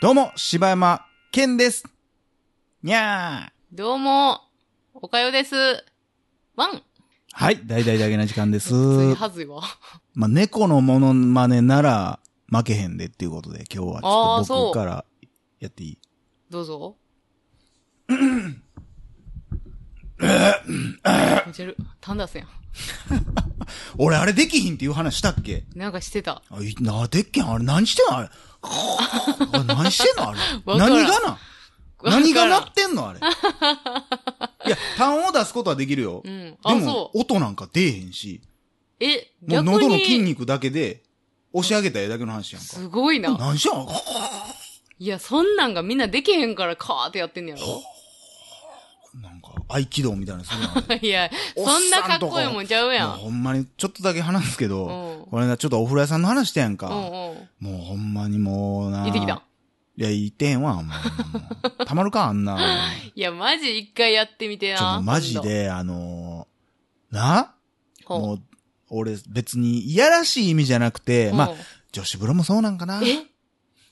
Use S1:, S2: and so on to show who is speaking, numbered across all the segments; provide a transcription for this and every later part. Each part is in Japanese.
S1: どうも、柴山健です。にゃ
S2: どうも、おかよです。ワン
S1: ー。はい、大々だけな時間です。
S2: 普通にはずいわ。
S1: まあ、猫のモノマネなら負けへんでっていうことで、今日はちょ
S2: あ
S1: っ
S2: ー
S1: と
S2: そう
S1: 僕からやっていい
S2: どうぞ。めちゃる。タンダースやん。
S1: 俺、あれできひんっていう話したっけ
S2: なんかしてた。
S1: あ、いな、でっけん、あれ、何してんのあれ。あれ何してんのあれ。
S2: わからん
S1: 何がな何が
S2: わ
S1: 鳴
S2: か
S1: ってんのあれ。いや、単音を出すことはできるよ。
S2: らんうん。
S1: で
S2: あ、
S1: も
S2: そ、う。
S1: 音なんか出えへんし、
S2: え、
S1: もう
S2: 逆に。
S1: 喉の筋肉だけで、押し上げた絵だけの話やんか。
S2: すごいな。
S1: 何してんの
S2: いや、そんなんがみんなできへんからカーってやってんねやろ。
S1: なんか、合気道みたいなのするやんあれ
S2: いや、
S1: おっ
S2: そんな
S1: さ
S2: か
S1: ん
S2: っ
S1: と
S2: こいいもんちゃうやん。
S1: もうほんまに、ちょっとだけ話すけど、
S2: うん
S1: これがちょっとお風呂屋さんの話してやんか。
S2: うんうん。
S1: もうほんまにもうな。
S2: 行ってきた。
S1: いや、行ってへんわ、ほんまにたまるか、あんな。
S2: いや、マジ一回やってみ
S1: ち
S2: て
S1: ょっ
S2: な。
S1: とマジで、あのーな
S2: 今度。
S1: もう、俺別にいやらしい意味じゃなくて、
S2: ほう
S1: まあ
S2: ほ、う
S1: 女子風呂もそうなんかな。
S2: え
S1: い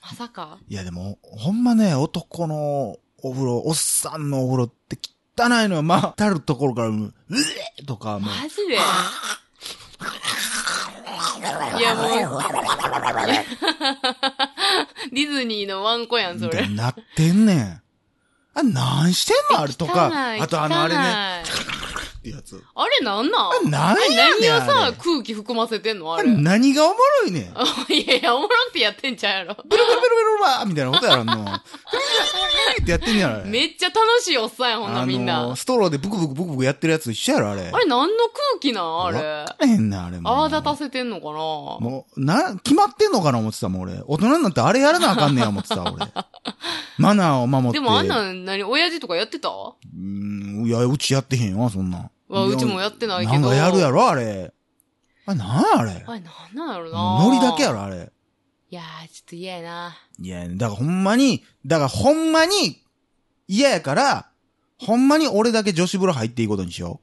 S2: まさか
S1: やでも、ほんまね、男のお風呂、おっさんのお風呂って汚いのは、まあ、たるところから、うえとか、もう、
S2: マジ でいやもう、 ディズニーのワンコやん、そ
S1: みたい
S2: れ。
S1: になってんねん。あ、なんしてんのあれとか、
S2: 汚い
S1: あとあの、あれね、
S2: 汚い
S1: ってやつ。
S2: あれなんなん
S1: あれなんやねん
S2: 何を
S1: あ
S2: さ
S1: れ、
S2: 空気含ませてんのあ
S1: あ
S2: れ。
S1: れ
S2: い
S1: 何がおもろいねん。ベロ
S2: やいや、おもろくてやってんちゃうやろ。
S1: ベロベロベロバーみたいなことやろ、もう。ってやってんねやろ、あれ
S2: めっちゃ楽しいおっさんや、ほんなみん
S1: あのー
S2: な。
S1: ストローでブクブクブクブクやってるやつと一緒やろ、あれ。
S2: あれ何の空気なんあ
S1: わ
S2: れ。
S1: かれへんな、あれも。
S2: 泡立たせてんのかな
S1: もう、な、決まってんのかな思ってたもん、俺。大人になってあれやらなあかんねや、思ってた、俺。マナーを守って。
S2: でもあんなん、何、親父とかやってたわ、
S1: うーん、いや、うちやってへんわ、そんなん。
S2: うちもや
S1: っ
S2: ってな
S1: ないい
S2: けど。
S1: なんかやるやろ、あれ。あれ、なんあれ。
S2: あれなんなんやろな
S1: ノリだけやろ、あれ。
S2: いやー、ちょっと嫌やな。
S1: いや、だからほんまに、だからほんまに、嫌やから、ほんまに俺だけ女子風呂入っていいことにしよ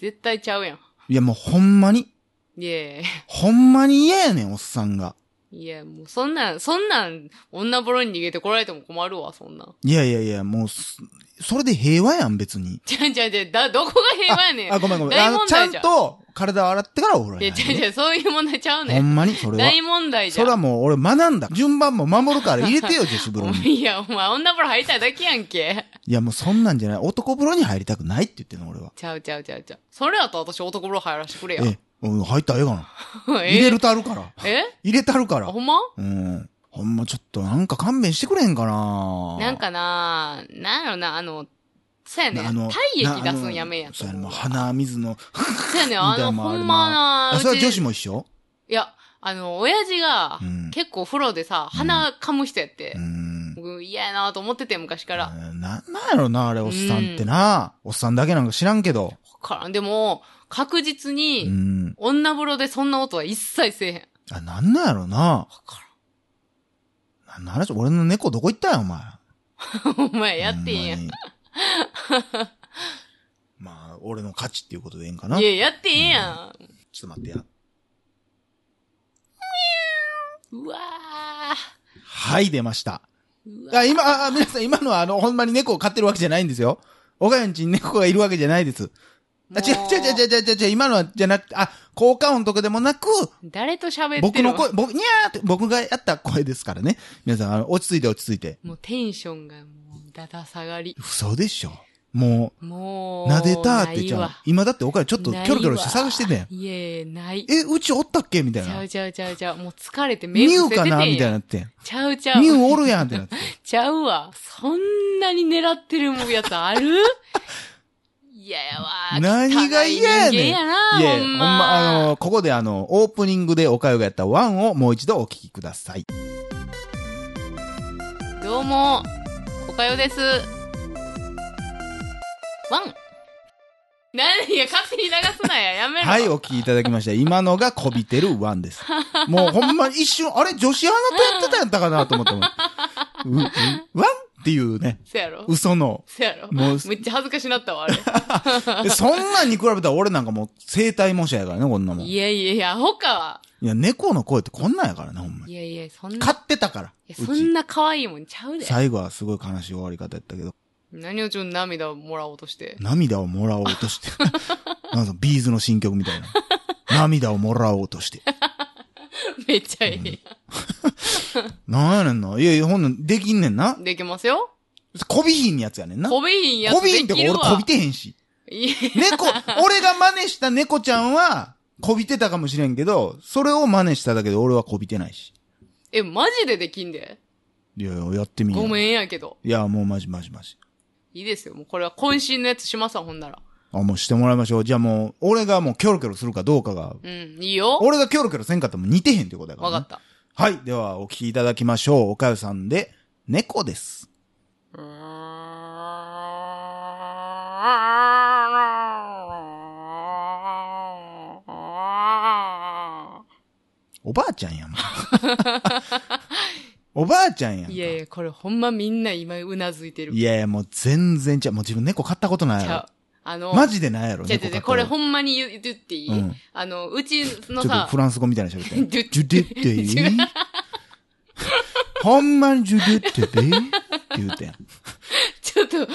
S2: 絶対ちゃうやん。
S1: う。いや、もうほんまに、
S2: いやいや
S1: ほんまに嫌やねん、おっさんが。
S2: いや、もうそんなん、そんなん、女風呂に逃げてこられても困るわ、そんなん。
S1: いやいやいや、もうす、それで平和やん、別に。
S2: ちゃうちゃうちゃう、だ、どこが平和やねん。
S1: あ、ごめんごめん。あ
S2: 大
S1: の、
S2: 問
S1: ちゃ
S2: 題
S1: ん
S2: じゃん。
S1: と体を洗ってからお風呂
S2: い
S1: に
S2: や、ちゃう
S1: 入
S2: ちゃう、そういう問題ちゃう
S1: る。ほ
S2: ねん。
S1: んまに、それは
S2: 大。問題じ
S1: そ
S2: ゃ
S1: れは
S2: ん。
S1: もう俺学んだ。順番も守るから入れてよ、女子風呂に。
S2: いや、お前、女風呂入りたいだけやんけ。
S1: いや、もうそんなんじゃない。男風呂に入りたくないって言ってんの、俺は。
S2: ちゃうちゃうちゃうちゃう。それやと私男風呂入らしてくれや。
S1: え、うん、入ったらええかな。
S2: え
S1: 入れるたるから。
S2: え
S1: 入れたるか
S2: あ
S1: ら
S2: ほ。んま
S1: うん。ほんまちょっとなんか勘弁してくれへんかな
S2: なん、かななんやろな、あの、そうやねん。
S1: あの
S2: 体液出すのやめん
S1: なあ
S2: や
S1: の
S2: と
S1: そうや
S2: 思
S1: ねも
S2: う
S1: う
S2: わ
S1: 鼻水の、
S2: そうやねん、あ
S1: みたいな
S2: の、
S1: もんあ
S2: ほ
S1: るなん
S2: まな
S1: あ、それは
S2: うち
S1: 女子も一緒
S2: いや、あの、親父が
S1: う、ん。
S2: 結構風呂でさ、鼻噛む人やって
S1: う。ん。
S2: 僕、嫌やなと思ってて、昔から。わ
S1: うんなんなんやろな、あれ、おっさんってな。おっさんだけなんか知らんけど。
S2: からん。でも、確実
S1: う
S2: に、
S1: ん。
S2: 女風呂でそんな音は一切せえへん。 わ
S1: あ、なんなんやろな。
S2: か
S1: なんの話俺の猫どこ行ったんや、お前。
S2: らん。お前、やっていいんや
S1: ほ。んま にまあ、俺の勝ちっていうことでええんかな。
S2: い
S1: ちょ
S2: や、やっていいやん。
S1: っと待ってや。
S2: うわ
S1: はい、出ました。
S2: ーうわ
S1: あ、今、あ、あ皆さん、今のはあの、ほんまに猫を飼ってるわけじゃないんですよ。おかんちに猫がいるわけじゃないです。あ、違う違う違う違う
S2: う。
S1: 違う違う、今のは、じゃなくて、あ、効果音とかでもなく、
S2: 誰と喋ってる
S1: 僕の声、僕、にゃーって僕がやった声ですからね。皆さん、あの、落ち着いて落ち着いて。
S2: もうテンションがもう、だだ下がり。
S1: 嘘でしょ。も
S2: も
S1: う、
S2: う、
S1: 撫でたーっ
S2: な
S1: て
S2: い
S1: じゃ
S2: わ
S1: あ、今だっておかんちょっとキョロキョロして探してんねん。
S2: いやいや、ない。
S1: え、うちおったっけみたい
S2: ちゃ
S1: な
S2: う。ちゃうちゃうちゃう。もう疲れて目
S1: ミュ
S2: 伏
S1: ウ
S2: せて
S1: か
S2: てんや
S1: なみたいになってん。
S2: ちゃうちゃう。
S1: ミュウおるやんってなって。
S2: ちゃうわ。そんなに狙ってるやつある 嫌やわ。
S1: 何が嫌やねん
S2: 汚い人間や
S1: い
S2: な、
S1: や、
S2: ほ
S1: ほ
S2: ん
S1: ん
S2: ま。
S1: ま、あの、ここであの、オープニングでおかゆがやったワンをもう一度お聞きください。
S2: どうも、おかよです。ワン。なんいや、勝手に流すなや。やめろ。
S1: はい、お聞きいただきました。今のがこびてるワンです。もうほんま一瞬、あれ女子アナとやってたやったかなと思っても。ううワンっていうね、
S2: そやろ。
S1: 嘘の。
S2: そやろ。
S1: もう
S2: めっちゃ恥ずかしなった わ、あれ。
S1: でそんなんに比べたら俺なんかもう生体模写やからね、こんなもん。
S2: いやいやいや、アホかわ。
S1: いや、猫の声ってこんなんやからね、ほんま
S2: い
S1: に。
S2: やいや、そんな、
S1: 飼ってたから。
S2: いうやそ
S1: ち
S2: ん。な可愛いもんちゃうで。
S1: 最後はすごい悲しい終わり方やったけど、
S2: 何をちょっと涙もらおうとして。
S1: 涙をもらおうとして。 なんかビーズの新曲みたいな。涙をもらおうとして。
S2: めっちゃいい。
S1: なんやねんな。いやいや、ほんなんできんねんな。
S2: できますよ。
S1: こびひんやつやねんな。
S2: こびひんや
S1: こ
S2: つ
S1: びひ
S2: で
S1: んって
S2: き
S1: 俺
S2: る
S1: こ
S2: わ
S1: び。てへんし。
S2: いや
S1: 猫、俺が真似した猫ちゃんは、こびてたかもしれんけど、それを真似しただけで俺はこびてないし。
S2: え、マジでできんで。
S1: いやいや、やってみよう。
S2: ごめ
S1: い
S2: んやけど。
S1: や、もうマジマジマジ。
S2: いいですよ。もうこれは渾身のやつしますわ、ほんなら。
S1: あ、もうしてもらいましょう。じゃあもう、俺がもうキョロキョロするかどうかが、
S2: うん、いいよ。
S1: 俺がキョロキョロせんかったらもう似てへんってことだから、
S2: わ
S1: ね。
S2: かった。
S1: た。はい。では、お聞きいただきましょう。おかゆさんで、猫です。おばあちゃん やん。もうおばあちゃんやんか。
S2: いやいや、これほんまみんな今うなずいてる。
S1: いやいやもう全然ちゃう。もう自分猫飼ったことない
S2: ち
S1: や
S2: ゃう。あの、
S1: ろ。マジでないやろ。
S2: ちゃう
S1: 猫飼
S2: ちゃ
S1: った
S2: うちゃう
S1: こ
S2: ことれほんまに言言っていい、
S1: うん
S2: あの、うちの
S1: ちょっと
S2: さ
S1: フ、ランス語みたいに喋って。
S2: ジュ
S1: ジュデュっていいほんまにジュデュってでいいって言うてん。
S2: ちょっと、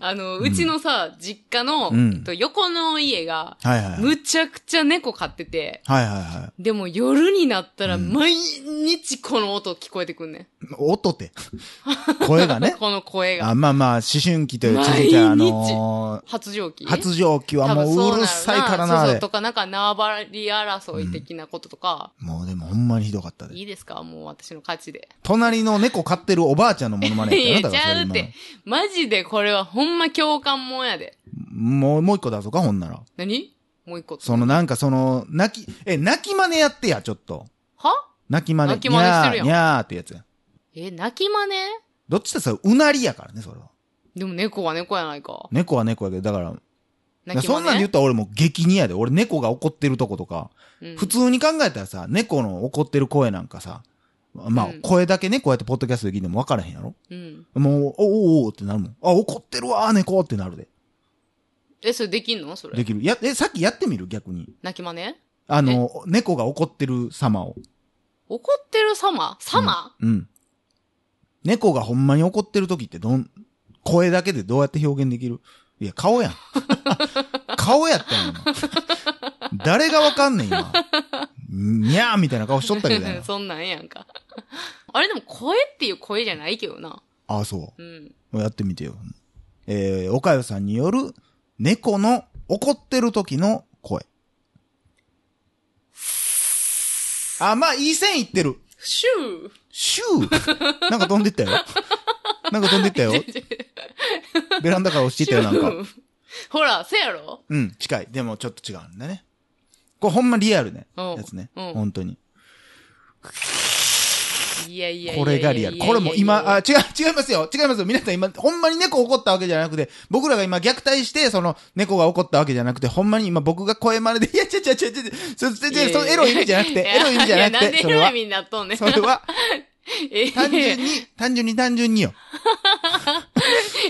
S2: あの、うちのさ、実家の、
S1: うん
S2: えっと横の家が、
S1: はいはい。はい
S2: むちゃくちゃ猫飼ってて、
S1: はいは
S2: でも夜になったら
S1: うん
S2: 毎日この音聞こえてくんね
S1: い。音て。声が
S2: ん。
S1: ね。
S2: この 声が。
S1: あまあまあ、思春期というちょっとじゃあ、あ
S2: 毎日
S1: の
S2: 発情期
S1: ー、発情期はもううるさいからな、
S2: そう
S1: あ
S2: そう
S1: れ
S2: と。か、なんか縄張り争い的なこととか、
S1: もうでもほんまにひどかったで。
S2: いいですかもう私の勝ちで。
S1: 隣の猫飼ってるおばあちゃんのモノマネや
S2: い
S1: ったよ
S2: や、ち
S1: な、だから
S2: ゃうっ
S1: それ
S2: て。マジでこれはほんま共感もんやで。
S1: 今の。もう、もう一個出そうか、ほんなら。
S2: 何もう一個。
S1: そのなんかその、泣き、え、泣き真似やってや、ちょっと。
S2: は
S1: 泣き真似。
S2: 泣き真似してるやん
S1: にゃーにゃーってやつや。
S2: え、泣き真似
S1: どっちってさ、うなりやからね、それは。
S2: でも猫は猫やないか。
S1: 猫は猫やけど、だから、
S2: 泣き真似
S1: そんなんで言ったら俺もう激似やで。俺猫が怒ってるとことか。
S2: うん
S1: 普通に考えたらさ、猫の怒ってる声なんかさ、まあ
S2: うん、
S1: 声だけね、こうやってポッドキャストで聞いても分からへんやろ
S2: うん。
S1: もう、おおおーってなるもん。あ、怒ってるわー、猫ってなるで。
S2: え、それできんのそ
S1: で
S2: れ。
S1: きる。や、え、さっきやってみる逆に。
S2: 泣き真似
S1: あの、猫が怒ってる様を。
S2: 怒ってる様様、
S1: うん。猫がほんまに怒ってる時ってどん、声だけでどうやって表現できるいや、顔や ん。顔やったんや今。誰がわかんねん、今。にゃーみたいな顔しとったけどやな
S2: そんなんやんか。あれでも声っていう声じゃないけどな。
S1: ああ、そう。
S2: うん。
S1: やってみてよ。えー、岡よさんによる、猫の怒ってる時の声。あ、まあ、いい線いってる。
S2: シュー
S1: シューなんか飛んでったよ。なんか飛んでったよ。ベランダから落ち
S2: シ
S1: ていったよ、なんか。
S2: ュー ほら、せやろ
S1: うん、近い。でもちょっと違うんだね。これほんまリアルね。
S2: うん
S1: やつね。
S2: うん
S1: 本当に。
S2: いやいやいやいやいやい
S1: こ
S2: や
S1: れがリアル。これも今、あ、違う、違いますよ。違いますよ。皆さん今、ほんまに猫怒ったわけじゃなくて、僕らが今虐待して、その、猫が怒ったわけじゃなくて、ほんまに今僕が声真似で、いや、違う違う違う違う、そそ
S2: いやいやいや
S1: そのエロい意味じゃなくて、エロい意味じゃなく
S2: いやなん
S1: て、
S2: で
S1: それ
S2: エロい意
S1: は、
S2: 味になっとんねん。
S1: それは、
S2: えー
S1: 単純に、単純に単純によ。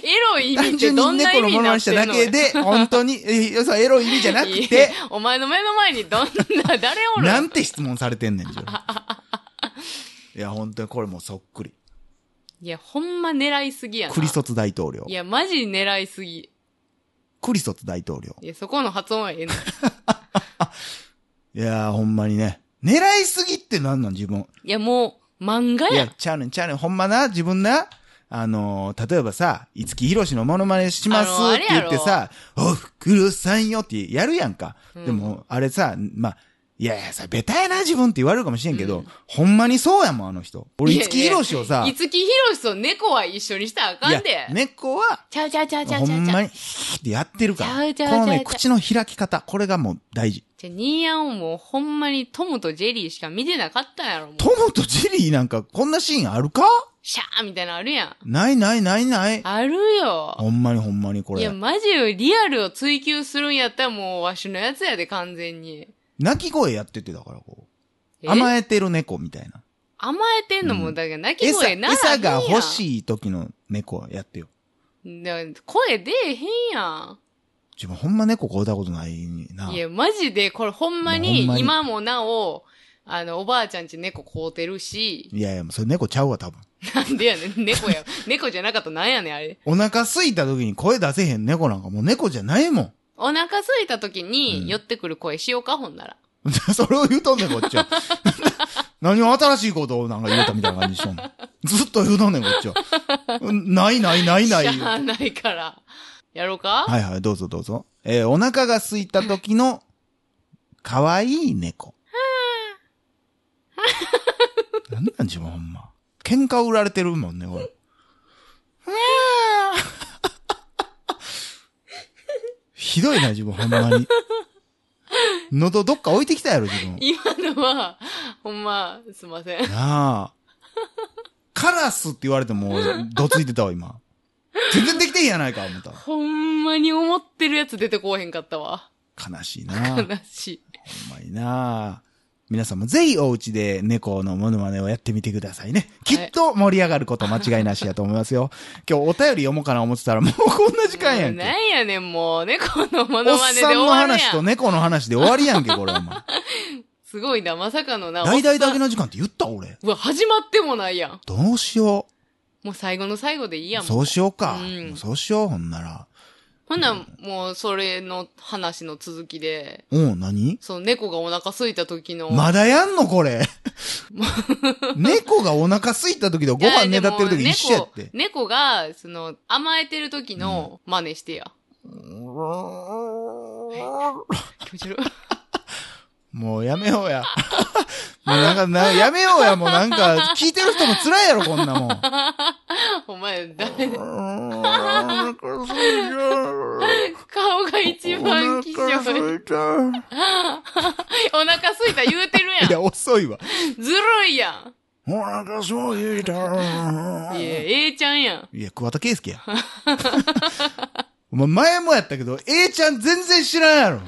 S2: エロい意味
S1: 単
S2: って
S1: 純
S2: ど
S1: に
S2: んな意
S1: 猫の
S2: 味
S1: もの
S2: にな
S1: に
S2: っ
S1: してた
S2: ん
S1: だ
S2: の
S1: けで、本当 に、えー、そうエロい意味じゃなく
S2: いや
S1: て、
S2: お前の目の前にどんな、誰おる
S1: なんて質問されてんねん、自 分いや、本当にこれもうそっくり。
S2: いや、ほんま狙いすぎやな。
S1: クリソツ大統領
S2: い。や、マジ狙いすぎ。
S1: クリソツ大統領。
S2: いや、そこの発音はええの。
S1: いやー、ほんまにね。狙いすぎってなんなん自分。
S2: いや、もう、漫画
S1: い
S2: やん
S1: や、。ちゃうねん、ちゃうねん。ほんまな、自分な。あのー、例えばさ、五木ひろしのモノマネします
S2: あのー
S1: って言ってさ、おふくろさんよってやるやんか。
S2: うん
S1: でも、あれさ、まあ、いやいやさ、ベタやな自分って言われるかもしれんけど、ほんまにそうやもん、あの人。俺、
S2: いや
S1: 五木ひろしをさ、
S2: 五木ひろしと猫は一緒にしたらあかんで。
S1: 猫は、
S2: ちゃうちゃうちゃうちゃ
S1: ほ
S2: うちゃ
S1: ん
S2: うちゃ
S1: ま
S2: う。
S1: に、ヒーってやってるから。
S2: ちゃうちゃう
S1: この
S2: ちゃ
S1: ね、
S2: うちゃう
S1: 口の開き方、これがもう大事。
S2: じゃ、ニーヤンもほんまにトムとジェリーしか見てなかったんやろ、もう。
S1: トムとジェリーなんか、こんなシーンあるか
S2: シャーみたいなのあるやん。
S1: ないないないない。
S2: あるよ。
S1: ほんまにほんまにこ
S2: いや、
S1: れ。
S2: マジよ、リアルを追求するんやったらもうわしのやつやで、完全に。
S1: 泣き声やっててだから、こう。
S2: え
S1: 甘えてる猫みたいな。
S2: 甘えてんのも、だから泣き
S1: 餌、
S2: 声ならへんや
S1: 餌
S2: ん。
S1: が欲しい時の猫やってよ。
S2: い。声出えへんや。
S1: 自分ほんま猫飼うたことないなん
S2: い。や、マジで、これほんま
S1: ほんま
S2: に、
S1: に
S2: 今もなお、あの、おばあちゃんち猫飼うてるし、
S1: いやいや、もうそれ猫ちゃうわ、多分。
S2: なん でやねん、猫や。猫じゃなかったらなんやねん、あれ。
S1: お腹空いた時に声出せへん猫なんかもう猫じゃないもん。
S2: お腹空いた時
S1: うん
S2: に寄ってくる声しようか、ほんなら。
S1: それを言うとんねん、こっちは。 何を新しいことをなんか言うたみたいな感じしとんの。ずっと言うとんねん、こっちは。 うんないないないない。
S2: しゃあないから。やろうか、
S1: はいはい、どうぞどうぞ。えーお腹が空いた時の、可愛い 猫。なんなん自分ほんま。喧嘩売られてるもんね、 これ。ひどいな、自分ほんまに。喉どっか置いてきたやろ、自分。
S2: 今のは、ほんま、すいません。
S1: なあ。カラスって言われても、どついてたわ、今。全然できてへんやないか、思った。
S2: ほんまに思ってるやつ出てこうへんかったわ。
S1: 悲しいな。
S2: 悲しい。
S1: ほんまにな皆さんもぜひお家で猫のモノマネをやってみてくださいね。きっと盛り上がること間違いなしやと思いますよ。 今日お便り読もうかな思ってたらもうこんな時間やん
S2: もう
S1: け。
S2: なんや ねん、もう。猫のモ
S1: おっ
S2: ノマネで
S1: さん
S2: 終
S1: の
S2: わる
S1: 話
S2: や
S1: と
S2: ん。
S1: 猫の話で終わりやんけ、こ れお前。
S2: すごいな、まさかのな。おっさん
S1: 大々だけの時間って言った俺。
S2: うわ、始まってもないやん。
S1: どうしよ
S2: もう最後の最後でいいうや。ん。
S1: そうしようか。
S2: うん
S1: もうそうしよう、ほんなら。
S2: ほんなん、もう、それの話の続きで、
S1: うん、何
S2: その猫がお腹空いた時の。
S1: まだやんのこ れ。猫がお腹空いた時とご飯ねだってる時一緒やっ
S2: い
S1: て。
S2: やでも猫猫が、その、甘えてる時の真似してや。気持ち悪い。
S1: もうやめようや。もうなんかな、やめようや。もうなんか、聞いてる人も辛いやろ、こんなもん。
S2: お前、誰だ顔が一番気象い。お腹すいた言うてるや
S1: いや、遅いわ。
S2: ん。ずるいやん。
S1: お腹すいた。
S2: いや、ええちゃんやん。
S1: いや、桑田圭介や。お前前もやったけど、A ちゃん全然知らんやろ。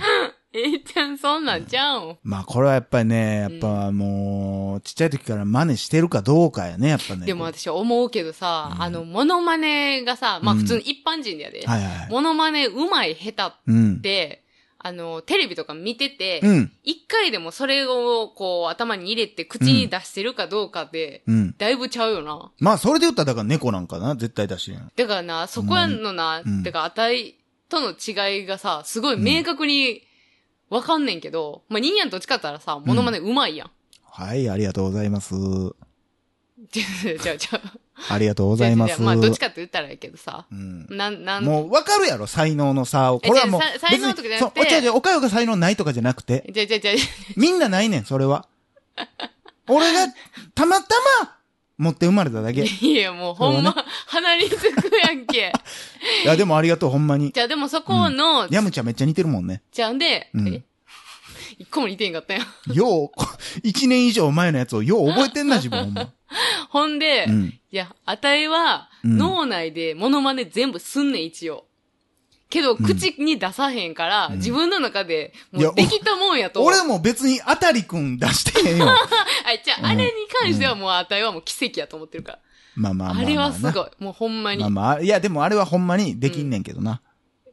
S2: ええちゃんそんなんちゃうん。
S1: まあこれはやっぱりね、やっぱもう、ちっちゃい時から真似してるかどうかやね、やっぱね。
S2: でも私は思うけどさ、あの、モノマネがさ、まあ
S1: うん
S2: 普通の一般人でやで。
S1: はいはいはい。
S2: モノマネうまい下手
S1: うん
S2: っ。て、あの、テレビとか見てて、
S1: うん。
S2: 一回でもそれをこう頭に入れて口に出してるかどうかで、
S1: うん。
S2: だいぶちゃうよな。
S1: まあそれで言ったらだから猫なんかな、絶対出してるやん。
S2: だからな、そこやのな、
S1: うん
S2: てか、値との違いがさ、すごい明確にわかんねんけど、まあ、ニーヤンと近かったらさ、モノマネうまいやん。
S1: はい、ありがとうございます。
S2: ちゃうちゃうちゃう。
S1: ありがとうございま
S2: 違う違
S1: す。
S2: うまあ、どっちかって言ったらやけどさ、
S1: うん。
S2: なん、なん、
S1: もう分かるやろ、才能の差を。これはもう
S2: え違うさ才能とかじゃなくて
S1: 別にそうお違う違う、おかよが才能ないとかじゃなく て、
S2: じゃじゃじゃ
S1: みんなないねん、それ は。俺が、たまたま、持って生まれただ け。い
S2: いや、もうほんま、
S1: そ
S2: 鼻につくやんけ。
S1: や、でもありがとう、ほんまに。
S2: じゃあでもそこの、
S1: ヤムちゃんめっちゃ似てるもんね。
S2: ちゃんで、
S1: うん
S2: え一個も似てんかったやん。
S1: よう、こ一年以上前のやつをよう覚えてんな、自分、ほんま。
S2: ほんで、
S1: う ん。
S2: いや、あたいは、
S1: うん
S2: 脳内でモノマネ全部すんねん、一応。けど、口に出さへんから、自分の中で、
S1: い
S2: も
S1: や
S2: うできたもんやと。
S1: 俺も別に、あたりくん出してへんよ。
S2: あ、じゃ
S1: うん
S2: あ、あれに関してはもう、あたいはもう奇跡やと思ってるから。
S1: まあまあまあまあ
S2: あ
S1: な。
S2: れはすごい。もうほんまに。
S1: まあまあ、いや、でもあれはほんまにできんねんけどな。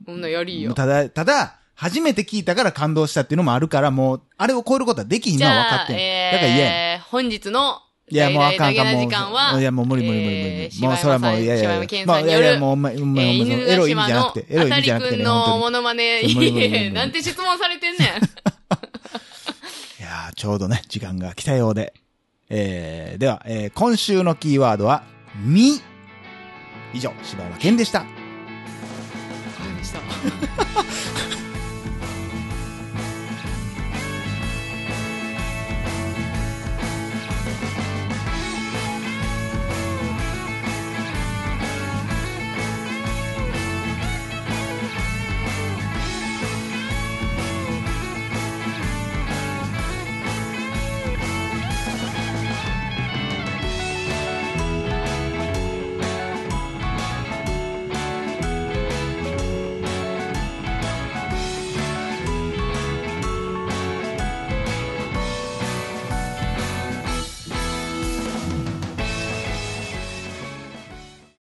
S2: ほんなやりいよ。
S1: ただ、ただ、初めて聞いたから感動したっていうのもあるから、もう、あれを超えることはできひん
S2: じ
S1: のは分
S2: ゃ
S1: か
S2: あ
S1: っ、てん。だから嫌やねん
S2: えー、本日の、
S1: いや、もうあかんあかん、
S2: 大
S1: も
S2: 々的な時間は、
S1: う。いや、もう無理無理無理無
S2: え
S1: 理
S2: ー。
S1: もうそれはもう、いやい
S2: 柴
S1: や
S2: 山
S1: い
S2: 健
S1: や。
S2: さ
S1: ま
S2: ん
S1: あ、
S2: に
S1: い
S2: よ
S1: や
S2: る
S1: いや、もう、ま、ほんま
S2: えー、
S1: にほんま
S2: 犬
S1: にエロ
S2: ヶ
S1: い意味
S2: 島
S1: じゃな
S2: の
S1: くて、エロ
S2: あ
S1: い意
S2: た
S1: 味じ
S2: り
S1: ゃなく
S2: く
S1: て
S2: ん
S1: ね、
S2: の
S1: 本
S2: モ
S1: 当に。
S2: ノマネ、
S1: 無理無理無理
S2: い
S1: 無理
S2: え なんて質問され てんねん。
S1: いやーちょうどね、時間が来たようで。えー、では、えー、今週のキーワードは、み。以上、柴山健でした。
S2: ありがとうございました